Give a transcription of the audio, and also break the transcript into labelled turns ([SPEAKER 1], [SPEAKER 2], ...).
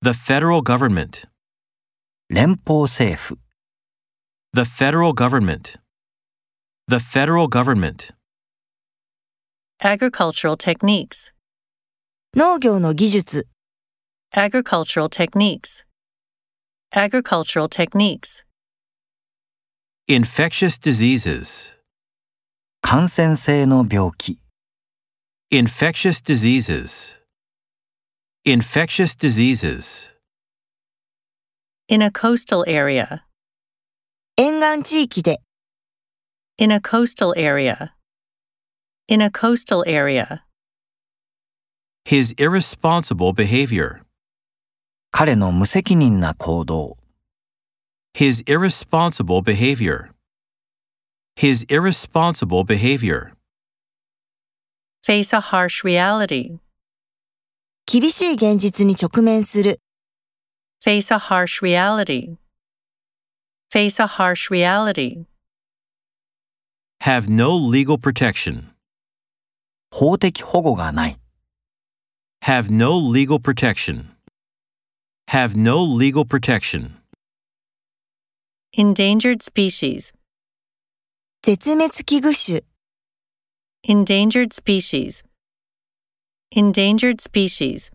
[SPEAKER 1] The federal government.
[SPEAKER 2] 連邦政府、
[SPEAKER 1] The federal government. The federal government.
[SPEAKER 3] agricultural techniques,
[SPEAKER 4] 農業の技術、
[SPEAKER 3] agricultural techniques, agricultural techniques,
[SPEAKER 1] Infectious diseases.
[SPEAKER 2] 感染性の病気、
[SPEAKER 1] Infectious diseases. Infectious diseases.
[SPEAKER 3] in a coastal area,
[SPEAKER 4] 沿岸地域で、
[SPEAKER 3] in a coastal area, in a coastal area,
[SPEAKER 1] His irresponsible behavior.
[SPEAKER 2] 彼の無責任な行動、
[SPEAKER 1] His irresponsible behavior. His irresponsible behavior.
[SPEAKER 3] face a harsh reality,
[SPEAKER 4] 厳しい現実に直面する、
[SPEAKER 3] face a harsh reality, face a harsh reality,
[SPEAKER 1] Have no legal protection.
[SPEAKER 2] 法的保護がない、
[SPEAKER 1] Have no legal protection. Have no legal protection.
[SPEAKER 3] endangered species,
[SPEAKER 4] 絶滅危惧種、
[SPEAKER 3] endangered species, endangered species,